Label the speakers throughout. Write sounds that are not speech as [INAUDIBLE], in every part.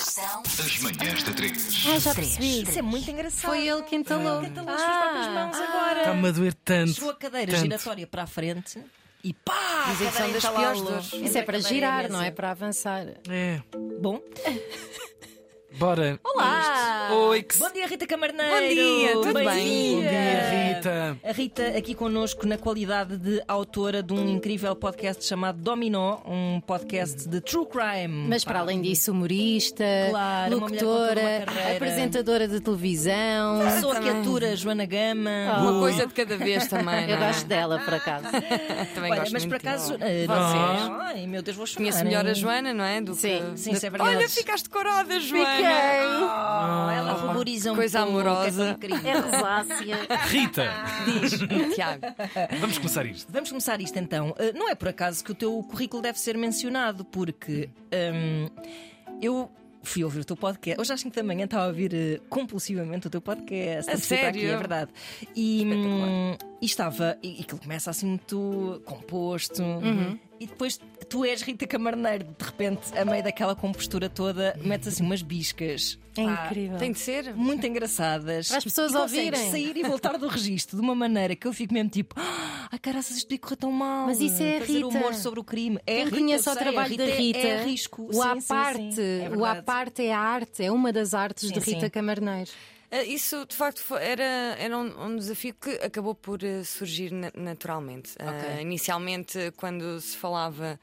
Speaker 1: São
Speaker 2: As manhãs da 3.
Speaker 3: Ah, já percebi.
Speaker 4: Isso é muito engraçado.
Speaker 3: Foi ele que entalou.
Speaker 4: Entalou as suas próprias mãos agora.
Speaker 5: Está-me a doer tanto.
Speaker 4: Chegou a cadeira
Speaker 5: tanto.
Speaker 4: giratória para a frente e pá!
Speaker 3: Dizem que
Speaker 4: a
Speaker 3: são
Speaker 4: cadeira
Speaker 3: das piores
Speaker 4: entalou.
Speaker 3: dores. Isso é para
Speaker 4: Cadeira
Speaker 3: girar,
Speaker 4: imensa.
Speaker 3: não é para avançar.
Speaker 5: É.
Speaker 4: Bom,
Speaker 5: Bora.
Speaker 3: Olá!
Speaker 5: Oi, que se-
Speaker 4: bom dia, Rita Camarneiro.
Speaker 3: Bom dia, tudo
Speaker 4: Bem-vinda.
Speaker 3: bem?
Speaker 5: Bom dia, Rita.
Speaker 4: A Rita aqui connosco na qualidade de autora de um incrível podcast chamado Dominó, um podcast de true crime.
Speaker 3: Mas
Speaker 4: Pá,
Speaker 3: para além disso, humorista,
Speaker 4: Claro, uma mulher com toda uma
Speaker 3: locutora,
Speaker 4: carreira.
Speaker 3: apresentadora de televisão.
Speaker 4: Pessoa que atura Joana Gama.
Speaker 6: Uma coisa de cada vez também.
Speaker 3: Eu
Speaker 6: não é?
Speaker 3: gosto dela, por acaso.
Speaker 4: Ah,
Speaker 6: Também
Speaker 4: Olha,
Speaker 6: gosto
Speaker 4: mas
Speaker 6: muito
Speaker 4: por acaso,
Speaker 6: dela.
Speaker 4: eh,
Speaker 5: Vocês.
Speaker 4: não- Ai, meu Deus, vou chamar.
Speaker 6: Conheço melhor a
Speaker 4: hein?
Speaker 6: Joana, não é? Do
Speaker 3: Sim.
Speaker 6: que...
Speaker 4: Sim, isso é
Speaker 6: do-
Speaker 4: verdade.
Speaker 6: Olha, ficaste corada, Joana.
Speaker 4: Oh, ela ruboriza um
Speaker 6: Coisa
Speaker 4: pouco,
Speaker 6: amorosa.
Speaker 4: é tão incrível.
Speaker 3: É rosácea.
Speaker 5: Rita,
Speaker 6: Tiago.
Speaker 5: vamos começar isto.
Speaker 4: Vamos começar isto então. Uh, não é por acaso que o teu currículo deve ser mencionado, porque um, eu fui ouvir o teu podcast. Hoje às 5 da manhã estava a ouvir uh, compulsivamente o teu podcast.
Speaker 6: A
Speaker 4: Desculpa
Speaker 6: sério?
Speaker 4: Aqui, é verdade. E, hum, e estava. E e aquilo começa assim muito composto.
Speaker 6: Uhum.
Speaker 4: E depois tu és Rita Camarneiro, de repente, a meio daquela compostura toda, metes assim umas biscas.
Speaker 3: É
Speaker 4: Pá,
Speaker 3: incrível.
Speaker 6: Tem de ser.
Speaker 4: muito engraçadas.
Speaker 3: Para as pessoas
Speaker 4: E consegues
Speaker 3: ouvirem.
Speaker 4: sair e voltar do registro de uma maneira que eu fico mesmo tipo, ah, ai caraças, isto podia correr tão mal.
Speaker 3: Mas isso é a
Speaker 4: Fazer
Speaker 3: Rita.
Speaker 4: humor sobre o crime. É a
Speaker 3: Eu
Speaker 4: Rita,
Speaker 3: conheço
Speaker 4: eu
Speaker 3: o
Speaker 4: sei,
Speaker 3: trabalho
Speaker 4: a
Speaker 3: da Rita.
Speaker 4: É, é risco.
Speaker 3: O
Speaker 4: Sim,
Speaker 3: à
Speaker 4: sim, sim.
Speaker 3: parte,
Speaker 4: É
Speaker 3: o à
Speaker 4: verdade.
Speaker 3: parte é a arte, é uma das artes
Speaker 4: Sim,
Speaker 3: de Rita
Speaker 4: sim.
Speaker 3: Camarneiro.
Speaker 6: Ah, Isso, de facto, foi- era, era um, um desafio que acabou por eh, surgir na- naturalmente. Ah, inicialmente, quando se falava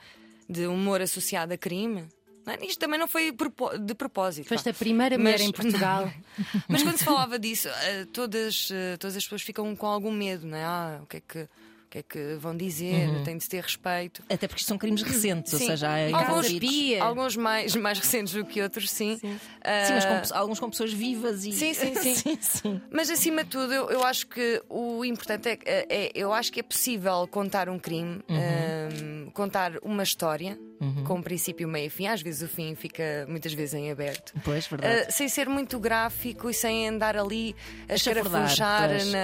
Speaker 6: de humor associado a crime, não é? isto também não foi propo- de propósito.
Speaker 3: Foste
Speaker 6: vá.
Speaker 3: a primeira mulher
Speaker 6: Mas-
Speaker 3: em Portugal.
Speaker 6: [LAUGHS] Mas quando se falava disso, eh, todas, eh, todas as pessoas ficam com algum medo, não é? Ah, o que é que, o que, é que vão dizer?
Speaker 4: Uhum.
Speaker 6: Tem de se ter respeito.
Speaker 4: Até porque isto são crimes recentes, ou
Speaker 6: Sim.
Speaker 4: seja, há
Speaker 6: alguns,
Speaker 4: casos-
Speaker 3: pi- espia.
Speaker 6: alguns mais, [LAUGHS] mais recentes do que outros, sim. Ah,
Speaker 4: Sim, mas com pe- alguns com pessoas vivas e.
Speaker 6: Sim, sim,
Speaker 4: [LAUGHS]
Speaker 6: sim.
Speaker 4: sim, sim.
Speaker 6: mas acima de tudo, eu, eu acho que o importante é, que, eh, é- eu acho que é possível contar um crime, ah, contar uma história com um princípio, meio e fim. Às vezes o fim fica muitas vezes em aberto.
Speaker 4: Pois, verdade.
Speaker 6: Ah, sem ser muito gráfico e sem andar ali a
Speaker 4: chafurdar,
Speaker 6: escarafunchar
Speaker 4: pois.
Speaker 6: na.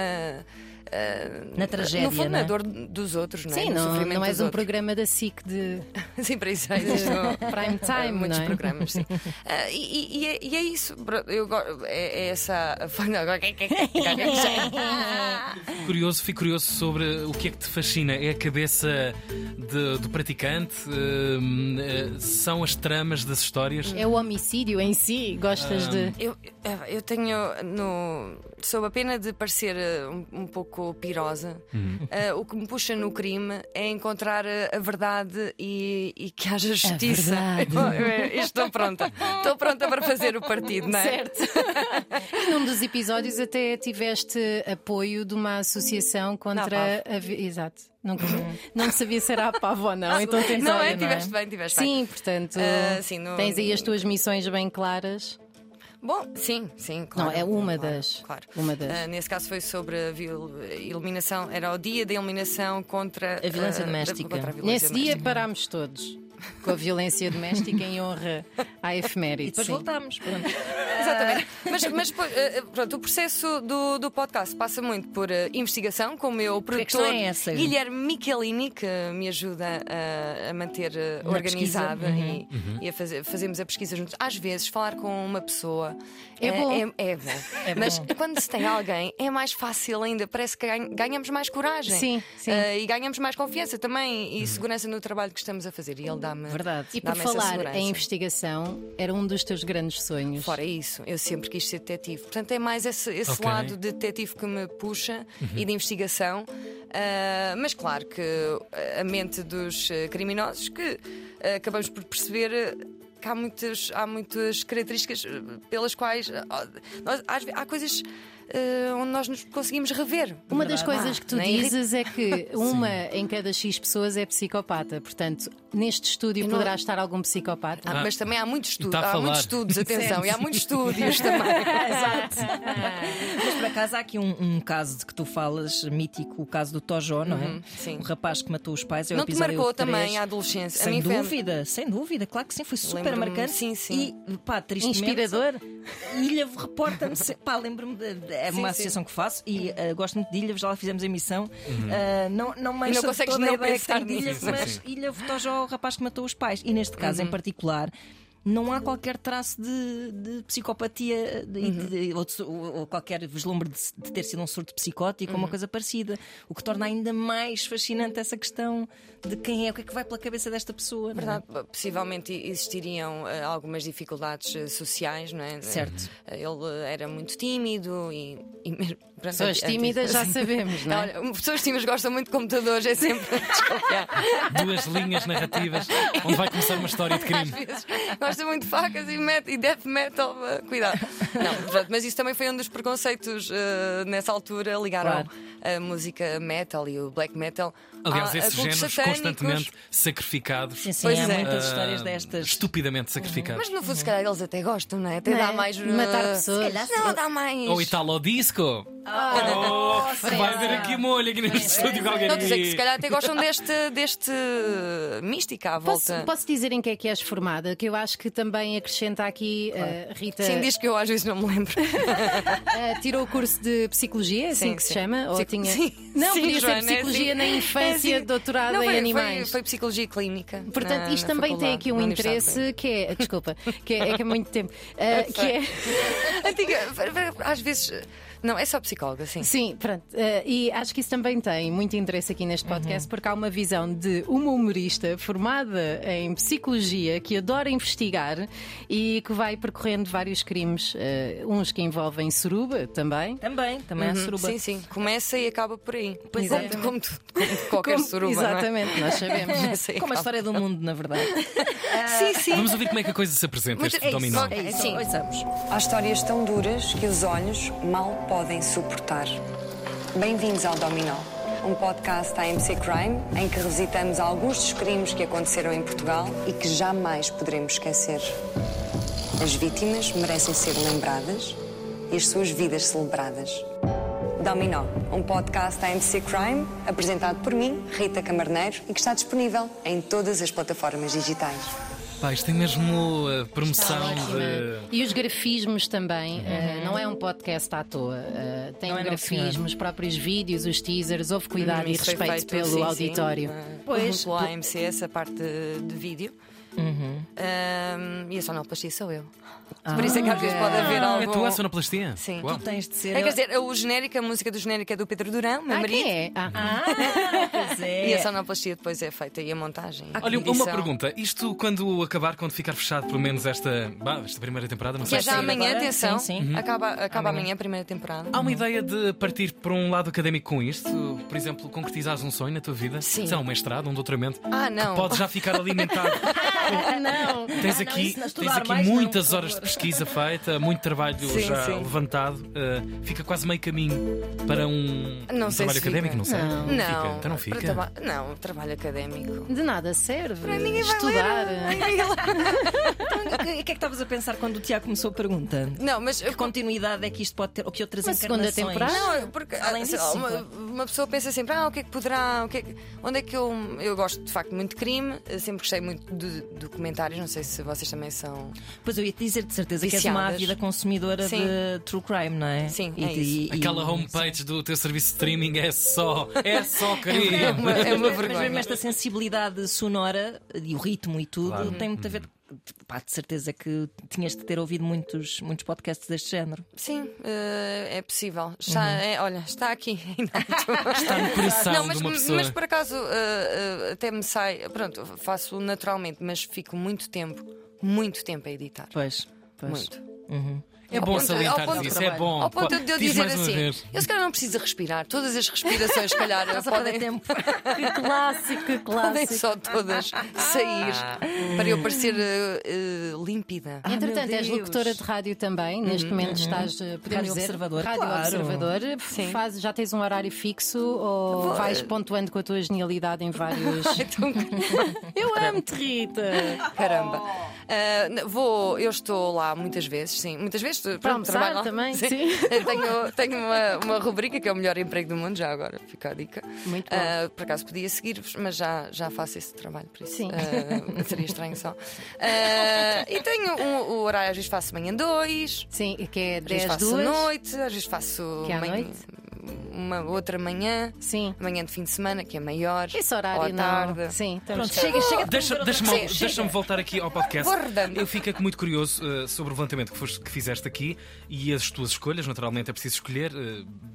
Speaker 6: ah,
Speaker 4: Na tragédia,
Speaker 6: No fundo,
Speaker 4: não é?
Speaker 6: na dor dos outros, não é?
Speaker 3: Sim,
Speaker 6: No
Speaker 3: não,
Speaker 6: sofrimento
Speaker 3: não és
Speaker 6: dos
Speaker 3: um
Speaker 6: outros.
Speaker 3: programa da SIC de
Speaker 6: Sim, para isso já existem
Speaker 3: prime time,
Speaker 6: muitos
Speaker 3: não é? [LAUGHS]
Speaker 6: programas, sim. Ah, e, e- e é, e é isso. bro, Eu, go- é, é essa. a [LAUGHS] forma- agora-
Speaker 5: Fico curioso, fico curioso sobre o que é que te fascina. É a cabeça de- do praticante? Hum, eh, são as tramas das histórias?
Speaker 3: É o homicídio em si, gostas de.
Speaker 6: Eu, é, eu tenho. No, sob a pena de parecer ah, um, um pouco pirosa, ah, o que me puxa no crime é encontrar ah, a verdade e, e que haja justiça.
Speaker 3: verdade.
Speaker 6: [LAUGHS] Eu- eu- eu estou pronta. Estou pronta para fazer o [LAUGHS] partido, não é?
Speaker 3: Certo. Num um dos episódios até tiveste apoio de uma associação contra a. vi- Exato. Não, não sabia se era a PAV ou não, então tens
Speaker 6: Uhum. Não
Speaker 3: olha,
Speaker 6: é? Tiveste bem, tiveste bem.
Speaker 3: Sim, portanto,
Speaker 6: Ah, sim, no-
Speaker 3: tens aí as tuas missões bem claras.
Speaker 6: Bom, sim, sim, claro.
Speaker 3: Não, é uma
Speaker 6: claro,
Speaker 3: das.
Speaker 6: Claro.
Speaker 3: Uma das.
Speaker 6: Ah, nesse caso foi sobre a vil- eliminação, era o dia da eliminação contra
Speaker 4: A violência
Speaker 6: ah,
Speaker 4: doméstica.
Speaker 6: contra a
Speaker 3: Nesse
Speaker 6: violência
Speaker 3: dia
Speaker 6: doméstica.
Speaker 3: parámos todos com a violência doméstica em honra à
Speaker 6: [LAUGHS]
Speaker 3: efeméride.
Speaker 4: E depois
Speaker 3: sim.
Speaker 4: voltámos. Pronto.
Speaker 6: Exatamente. Mas, mas, pô, ah, pronto, o processo do, do podcast passa muito por ah, investigação, com o meu
Speaker 4: a questão
Speaker 6: produtor
Speaker 4: é essa?
Speaker 6: Guilherme Michelini, que me ajuda a, a manter ah, organizada
Speaker 3: uhum.
Speaker 6: e, e a fazer, fazemos a pesquisa juntos. Às vezes, falar com uma pessoa
Speaker 3: É
Speaker 6: ah,
Speaker 3: bom.
Speaker 6: É, é bom. Mas quando se tem alguém, é mais fácil ainda. Parece que ganha- ganhamos mais coragem.
Speaker 3: Sim, sim.
Speaker 6: Ah, e ganhamos mais confiança também e segurança no trabalho que estamos a fazer. E ele dá-me.
Speaker 4: Verdade.
Speaker 3: E por
Speaker 6: dá-me essa
Speaker 3: falar
Speaker 6: segurança.
Speaker 3: em investigação, era um dos teus grandes sonhos.
Speaker 6: Fora isso, eu sempre quis ser detetive. Portanto, é mais esse, esse
Speaker 5: Ok. Uhum.
Speaker 6: lado de detetive que me puxa e de investigação. Ah, mas claro que ah, a mente dos ah, criminosos, que ah, acabamos por perceber. ah, que Há muitas, há muitas características ah, pelas quais ah, nós- às ve- há coisas ah, onde nós nos conseguimos rever.
Speaker 3: Uma das coisas que tu
Speaker 6: Ah, nem
Speaker 3: dizes é
Speaker 6: [LAUGHS]
Speaker 3: que uma em cada X pessoas é psicopata. Portanto, neste estúdio
Speaker 6: Eu não-
Speaker 3: poderá estar algum psicopata.
Speaker 6: Ah, mas também há muitos
Speaker 5: E
Speaker 6: estudos,
Speaker 5: tá a
Speaker 6: há
Speaker 5: falar.
Speaker 6: muitos estudos, atenção, e há
Speaker 3: [LAUGHS]
Speaker 6: muitos estúdios também.
Speaker 4: Mas por acaso há aqui um, um caso de que tu falas, mítico, o caso do Tojo, não
Speaker 3: Uhum,
Speaker 4: é?
Speaker 6: sim.
Speaker 4: O rapaz que matou os pais. É o
Speaker 6: Não te
Speaker 4: episódio
Speaker 6: marcou
Speaker 4: 3.
Speaker 6: também a adolescência? a
Speaker 4: Sem
Speaker 6: mim foi-
Speaker 4: dúvida, sem dúvida, claro que sim, foi super
Speaker 6: É Lembro-me,
Speaker 4: marcante.
Speaker 6: sim, sim.
Speaker 4: E pá, tristemente.
Speaker 3: Inspirador?
Speaker 4: Ilha reporta-me, se- pá, lembro-me, de- de- é
Speaker 6: Sim,
Speaker 4: uma
Speaker 6: sim.
Speaker 4: associação que faço e ah, gosto muito de Ilhavo, já lá fizemos a emissão. Ah, não, não me
Speaker 6: E não
Speaker 4: encha de
Speaker 6: consegues
Speaker 4: toda a
Speaker 6: não
Speaker 4: ideia que
Speaker 6: pensar
Speaker 4: tem de Ilhavo,
Speaker 6: nisso. Uhum.
Speaker 4: mas Ilhavo Tojo é o rapaz que matou os pais. E neste caso em particular. não há qualquer traço de, de psicopatia de- de-
Speaker 6: Uhum.
Speaker 4: ou, de- ou qualquer vislumbre de, de ter sido um surto psicótico
Speaker 6: Uhum.
Speaker 4: ou uma coisa parecida. O que torna ainda mais fascinante essa questão de quem é, o que é que vai pela cabeça desta pessoa. não é?
Speaker 6: Verdade, possivelmente existiriam eh, algumas dificuldades eh, sociais, não é?
Speaker 4: Certo.
Speaker 6: Eh, Ele era muito tímido e, e mesmo. pronto,
Speaker 3: Pessoas
Speaker 6: antes-
Speaker 3: tímidas já
Speaker 6: Sim.
Speaker 3: sabemos, não é?
Speaker 6: Olha, pessoas tímidas gostam muito de computadores, é sempre [LAUGHS] a desconfiar.
Speaker 5: Duas linhas narrativas onde vai começar uma história de
Speaker 6: Às
Speaker 5: crime.
Speaker 6: vezes gosta muito de facas e, met- e death metal. eh, Cuidado. Não, pronto, mas isso também foi um dos preconceitos eh, nessa altura. Ligaram
Speaker 4: Claro.
Speaker 6: a música metal e o black metal.
Speaker 5: Aliás,
Speaker 6: a- a
Speaker 5: esses
Speaker 6: cultos
Speaker 5: géneros
Speaker 6: satânicos.
Speaker 5: constantemente sacrificados.
Speaker 4: Ah, Sim, sim,
Speaker 6: Pois
Speaker 4: há
Speaker 6: é.
Speaker 4: muitas histórias
Speaker 5: ah,
Speaker 4: destas.
Speaker 5: Estupidamente sacrificados.
Speaker 6: Mas no fundo, se calhar eles até gostam, não é? Até
Speaker 3: Não
Speaker 6: dá
Speaker 3: é?
Speaker 6: mais. eh,
Speaker 3: Matar pessoas.
Speaker 6: se calhar Não, dá mais.
Speaker 5: Ou Italo Disco.
Speaker 3: Fred.
Speaker 5: vai haver aqui uma olha aqui no estúdio qualquer
Speaker 6: Ah. É. Não, quer dizer que
Speaker 5: dia.
Speaker 6: se calhar até gostam deste, deste eh, mística à
Speaker 3: Posso,
Speaker 6: volta.
Speaker 3: posso dizer em que é que és formada? Que eu acho que também acrescenta aqui eh, Rita.
Speaker 6: Sim, diz que eu às vezes não me lembro.
Speaker 3: eh, tirou o curso de psicologia, é assim
Speaker 6: Sim,
Speaker 3: que se
Speaker 6: sim.
Speaker 3: chama? Ou
Speaker 6: Psico-
Speaker 3: tinha...
Speaker 6: Sim,
Speaker 3: Não,
Speaker 6: sim,
Speaker 3: podia
Speaker 6: Joana,
Speaker 3: ser
Speaker 6: é
Speaker 3: psicologia
Speaker 6: assim.
Speaker 3: na infância,
Speaker 6: É assim.
Speaker 3: doutorado
Speaker 6: Não, foi-
Speaker 3: em
Speaker 6: foi-
Speaker 3: animais.
Speaker 6: Foi, Ah, psicologia clínica.
Speaker 3: Portanto,
Speaker 6: na-
Speaker 3: isto
Speaker 6: na
Speaker 3: também tem
Speaker 6: faculdade,
Speaker 3: aqui um
Speaker 6: na Universidade
Speaker 3: interesse que é. Desculpa, que é, é que é muito tempo.
Speaker 6: [LAUGHS]
Speaker 3: eh, que é.
Speaker 6: Antiga, às vezes. Não, é só psicóloga, sim.
Speaker 3: Sim, pronto. eh, e acho que isso também tem muito interesse aqui
Speaker 6: Uhum.
Speaker 3: neste podcast, porque há uma visão de uma humorista formada em psicologia que adora investigar e que vai percorrendo vários crimes, eh, uns que envolvem suruba também.
Speaker 4: Também, também há suruba.
Speaker 6: Uhum. Hum, Sim, sim. Começa e acaba por aí.
Speaker 4: Pois
Speaker 6: como,
Speaker 4: é.
Speaker 6: como tu- como qualquer
Speaker 3: Como-
Speaker 6: suruba. não é?
Speaker 3: Exatamente, nós sabemos.
Speaker 6: [LAUGHS] Começa e
Speaker 4: Como a
Speaker 6: acaba.
Speaker 4: história do mundo, na verdade.
Speaker 6: Sim,
Speaker 3: Ah,
Speaker 6: sim.
Speaker 5: Vamos ouvir como é que a coisa se apresenta,
Speaker 6: Mas é
Speaker 5: este
Speaker 6: isso,
Speaker 5: dominó.
Speaker 6: ok.
Speaker 4: É isso,
Speaker 6: Sim.
Speaker 4: ouçamos.
Speaker 1: Há histórias tão duras que os olhos mal podem suportar. Bem-vindos ao Dominó, um podcast da MC Crime em que revisitamos alguns dos crimes que aconteceram em Portugal e que jamais poderemos esquecer. As vítimas merecem ser lembradas e as suas vidas celebradas. Dominó, um podcast da MC Crime apresentado por mim, Rita Camarneiro, e que está disponível em todas as plataformas digitais.
Speaker 5: Pá, isto tem mesmo uh, promoção
Speaker 4: Então, eh,
Speaker 5: de.
Speaker 3: E os grafismos também, eh, não é um podcast à toa. eh, tem
Speaker 4: Uhum. Não é, não,
Speaker 3: grafismos, próprios vídeos, os teasers, houve cuidado
Speaker 6: Hum,
Speaker 3: e
Speaker 6: isso foi
Speaker 3: respeito
Speaker 6: feito,
Speaker 3: pelo
Speaker 6: sim, sim,
Speaker 3: auditório.
Speaker 6: na-
Speaker 4: Pois.
Speaker 6: Pelo AMC, essa parte de, de vídeo.
Speaker 3: Uhum.
Speaker 6: Ahm, e a sonoplastia sou eu.
Speaker 3: Ah,
Speaker 6: Por isso é que às vezes pode haver algum.
Speaker 5: É tua a sonoplastia?
Speaker 6: Sim.
Speaker 5: Uau.
Speaker 4: Tens de ser.
Speaker 6: É, quer dizer, o genérico, a música do genérico é do Pedro Durão, meu
Speaker 3: Ah,
Speaker 6: marido.
Speaker 3: quem é? Ah.
Speaker 4: Pois é. [LAUGHS]
Speaker 6: E a sonoplastia depois é feita e a montagem. a
Speaker 5: Ah, Olha, uma
Speaker 6: edição.
Speaker 5: pergunta. Isto quando acabar, quando ficar fechado, pelo menos esta, bah, esta primeira temporada, não
Speaker 6: Que
Speaker 5: sei
Speaker 6: é já
Speaker 5: se-
Speaker 6: amanhã,
Speaker 4: agora?
Speaker 6: atenção.
Speaker 4: Sim,
Speaker 5: Uhum.
Speaker 4: sim.
Speaker 6: Acaba, acaba amanhã a primeira temporada.
Speaker 5: Há uma ideia de partir para um lado académico com isto? Por exemplo, concretizares um sonho na tua vida?
Speaker 6: Sim.
Speaker 5: Sei lá, um mestrado, um doutoramento?
Speaker 6: Ah, não.
Speaker 5: Que pode já ficar alimentado.
Speaker 6: [LAUGHS] Ah,
Speaker 3: Não!
Speaker 5: Tens
Speaker 4: não,
Speaker 5: aqui,
Speaker 4: isso não estudar
Speaker 5: tens aqui
Speaker 4: mais, não,
Speaker 5: muitas
Speaker 4: por favor.
Speaker 5: horas de pesquisa feita, muito trabalho
Speaker 6: Sim,
Speaker 5: já
Speaker 6: sim.
Speaker 5: levantado. Uh, fica quase meio caminho para um,
Speaker 6: Não
Speaker 5: um
Speaker 6: sei
Speaker 5: trabalho
Speaker 6: se
Speaker 5: académico,
Speaker 6: fica.
Speaker 5: não sei.
Speaker 3: Não.
Speaker 6: Não,
Speaker 5: Fica. Então não
Speaker 6: para
Speaker 5: fica.
Speaker 6: traba- não, trabalho académico. [LAUGHS]
Speaker 3: De nada serve.
Speaker 6: ninguém vai é?
Speaker 3: Estudar.
Speaker 4: O que é que estavas a pensar quando o Tiago começou a pergunta?
Speaker 6: Não, mas
Speaker 4: Que continuidade é que isto pode ter? Ou que outras
Speaker 3: Uma segunda
Speaker 4: encarnações?
Speaker 3: temporada?
Speaker 6: Não, porque
Speaker 4: Além
Speaker 6: ah, sei
Speaker 4: disso,
Speaker 6: lá, uma,
Speaker 4: claro.
Speaker 6: uma pessoa pensa sempre: ah, o que é que poderá? O que é que- Onde é que eu. Eu gosto de facto muito de crime, eu sempre gostei muito de documentários, não sei se vocês também são.
Speaker 4: Pois eu ia te dizer de certeza que és uma
Speaker 6: Viciadas.
Speaker 4: ávida consumidora
Speaker 6: Sim.
Speaker 4: de true crime, não é?
Speaker 6: Sim,
Speaker 4: E,
Speaker 6: é isso.
Speaker 4: e-
Speaker 5: Aquela homepage do teu serviço de streaming é só, é só crime.
Speaker 6: É uma, é uma
Speaker 4: Mas mesmo
Speaker 6: vergonha.
Speaker 4: esta sensibilidade sonora e o ritmo e tudo
Speaker 5: Claro.
Speaker 4: tem muito a ver. Pá, de certeza que tinhas de ter ouvido muitos, muitos podcasts deste género.
Speaker 6: Sim, eh, é possível. Está, é, olha, está aqui. [LAUGHS] está
Speaker 5: Uhum. no coração
Speaker 6: não, mas,
Speaker 5: de uma pessoa.
Speaker 6: mas por acaso eh, eh, até me sai. Pronto, faço naturalmente, mas fico muito tempo, muito tempo a editar.
Speaker 4: Pois, pois.
Speaker 6: Muito.
Speaker 5: É
Speaker 6: Ao
Speaker 5: bom
Speaker 6: ponto- ao
Speaker 5: salientar
Speaker 6: ponto-
Speaker 5: isso, é bom.
Speaker 6: Ao ponto de eu
Speaker 5: Diz
Speaker 6: dizer
Speaker 5: mais uma
Speaker 6: assim:
Speaker 5: vez.
Speaker 6: eu se calhar não preciso respirar, todas as respirações,
Speaker 5: [LAUGHS]
Speaker 6: se calhar,
Speaker 4: Estás a perder
Speaker 6: podem,
Speaker 4: [LAUGHS] tempo.
Speaker 3: Que clássico, que
Speaker 6: podem
Speaker 3: clássico.
Speaker 6: só
Speaker 3: [LAUGHS]
Speaker 6: todas sair para eu parecer eh, eh, límpida.
Speaker 4: Ah,
Speaker 3: Entretanto,
Speaker 4: meu
Speaker 3: és
Speaker 4: Deus. Uhum,
Speaker 3: locutora de rádio também. Neste momento estás, eh, podemos
Speaker 4: Rádio
Speaker 3: dizer,
Speaker 4: Observador,
Speaker 3: Rádio
Speaker 4: claro.
Speaker 3: Observador. Faz, já tens um horário fixo ou vais pontuando com a tua genialidade em vários.
Speaker 6: [LAUGHS] Então,
Speaker 3: Eu amo-te, Rita!
Speaker 6: caramba.
Speaker 3: Oh.
Speaker 6: Ah, n- vou, eu estou lá muitas vezes, sim. Muitas vezes eh, pronto,
Speaker 3: almoçar
Speaker 6: trabalho lá.
Speaker 3: também, sim.
Speaker 6: [LAUGHS] Eu tenho tenho uma, uma rubrica que é o melhor emprego do mundo, já agora, fica a dica.
Speaker 3: Muito bom.
Speaker 6: Ah, por acaso podia seguir-vos, mas já, já faço esse trabalho, por isso
Speaker 3: Sim.
Speaker 6: ah, seria estranho só. Ah, e tenho um- o horário, às vezes faço manhã dois,
Speaker 3: Sim, que é
Speaker 6: às
Speaker 3: 10
Speaker 6: vezes faço
Speaker 3: duas.
Speaker 6: noite, às vezes faço
Speaker 3: Que é à
Speaker 6: manhã-
Speaker 3: noite?
Speaker 6: uma outra manhã,
Speaker 3: Sim.
Speaker 6: manhã de fim de semana, que é maior.
Speaker 3: Esse
Speaker 6: ou
Speaker 3: horário
Speaker 6: à
Speaker 3: não.
Speaker 6: tarde.
Speaker 3: Sim, então estamos
Speaker 4: Pronto, chega, chega. de
Speaker 5: Deixa-
Speaker 4: promover
Speaker 5: Deixa-me
Speaker 6: Sim, chega.
Speaker 5: deixa-me voltar aqui ao podcast.
Speaker 6: Vou rodando.
Speaker 5: Eu fico aqui muito curioso eh, sobre o levantamento que, foste- que fizeste aqui e as tuas escolhas. Naturalmente é preciso escolher.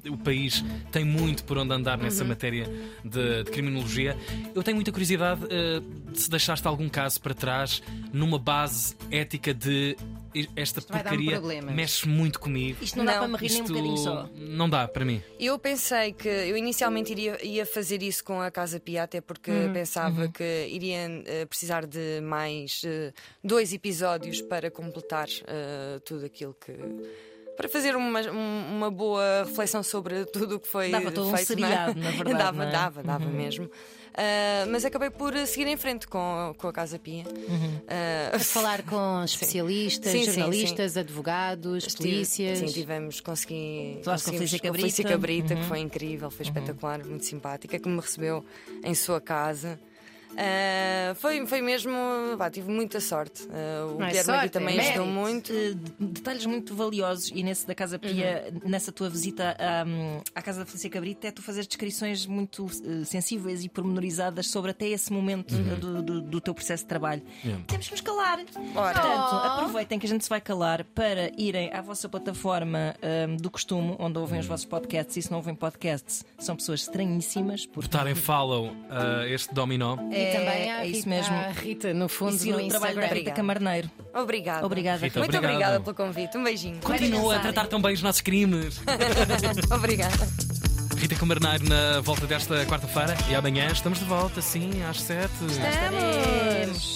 Speaker 5: eh, o país tem muito por onde andar
Speaker 4: Uhum.
Speaker 5: nessa matéria de, de criminologia. Eu tenho muita curiosidade eh, de se deixaste algum caso para trás numa base ética de "E- esta
Speaker 3: vai dar-me
Speaker 5: porcaria
Speaker 3: problemas."
Speaker 5: mexe muito comigo.
Speaker 4: um Isto não, dá
Speaker 6: Não,
Speaker 4: para me rir nem um
Speaker 5: Isto
Speaker 4: bocadinho só.
Speaker 5: não dá para mim.
Speaker 6: Eu pensei que eu inicialmente iria, ia fazer isso com a Casa Pia, até porque
Speaker 4: Uhum.
Speaker 6: pensava que iria eh, precisar de mais eh, dois episódios para completar eh, tudo aquilo que. Para fazer uma, um- uma boa reflexão sobre tudo o que foi
Speaker 4: Dava todo um
Speaker 6: feito, não é?
Speaker 4: seriado,
Speaker 6: [LAUGHS]
Speaker 4: na verdade,
Speaker 6: dava,
Speaker 4: não é?
Speaker 6: dava, dava mesmo. Ah, mas acabei por seguir em frente com, com a Casa Pia.
Speaker 4: Uhum.
Speaker 6: Ah,
Speaker 3: falar com especialistas,
Speaker 6: Sim, sim,
Speaker 3: jornalistas, advogados,
Speaker 6: Estive-
Speaker 3: polícias.
Speaker 6: Sim, tivemos, consegui.
Speaker 4: Falaste com a
Speaker 6: conseguimos-
Speaker 4: Felícia
Speaker 6: com a Felícia
Speaker 4: Cabrita.
Speaker 3: Uhum.
Speaker 6: Cabrita, que foi incrível, foi espetacular, muito simpática, que me recebeu em sua casa. Ah, foi, foi mesmo. Vá, tive muita sorte. Ah, o
Speaker 3: Não é
Speaker 6: Guilherme
Speaker 3: sorte,
Speaker 6: aqui também
Speaker 3: é
Speaker 6: ajudou
Speaker 3: mérito.
Speaker 6: muito.
Speaker 4: Eh, de- detalhes muito valiosos e nesse da Casa Pia, nessa tua visita hum, à Casa da Felícia Cabrita, é tu fazer descrições muito eh, sensíveis e pormenorizadas sobre até esse momento do, do- do teu processo de trabalho. Temos que nos calar.
Speaker 6: Ora.
Speaker 4: Portanto, aproveitem que a gente se vai calar para irem à vossa plataforma hum, do costume, onde ouvem os vossos podcasts e se não ouvem podcasts, são pessoas estranhíssimas. Porque
Speaker 5: Botarem falam ah, este dominó.
Speaker 3: E também
Speaker 4: é
Speaker 3: a
Speaker 4: isso
Speaker 3: Rita,
Speaker 4: mesmo.
Speaker 3: à Rita, no
Speaker 4: E
Speaker 3: fundo,
Speaker 4: seguir
Speaker 3: no
Speaker 6: um
Speaker 4: o trabalho da
Speaker 3: Instagram.
Speaker 4: Rita Camarneiro.
Speaker 6: Obrigada.
Speaker 4: Obrigada.
Speaker 5: Rita,
Speaker 6: Muito
Speaker 5: obrigado.
Speaker 6: obrigada pelo convite. Um beijinho.
Speaker 5: Continua a
Speaker 3: pensar.
Speaker 5: tratar tão bem os nossos crimes.
Speaker 6: obrigada.
Speaker 5: Rita Camarneiro na volta desta quarta-feira e amanhã estamos de volta, sim, às sete.
Speaker 3: Estamos!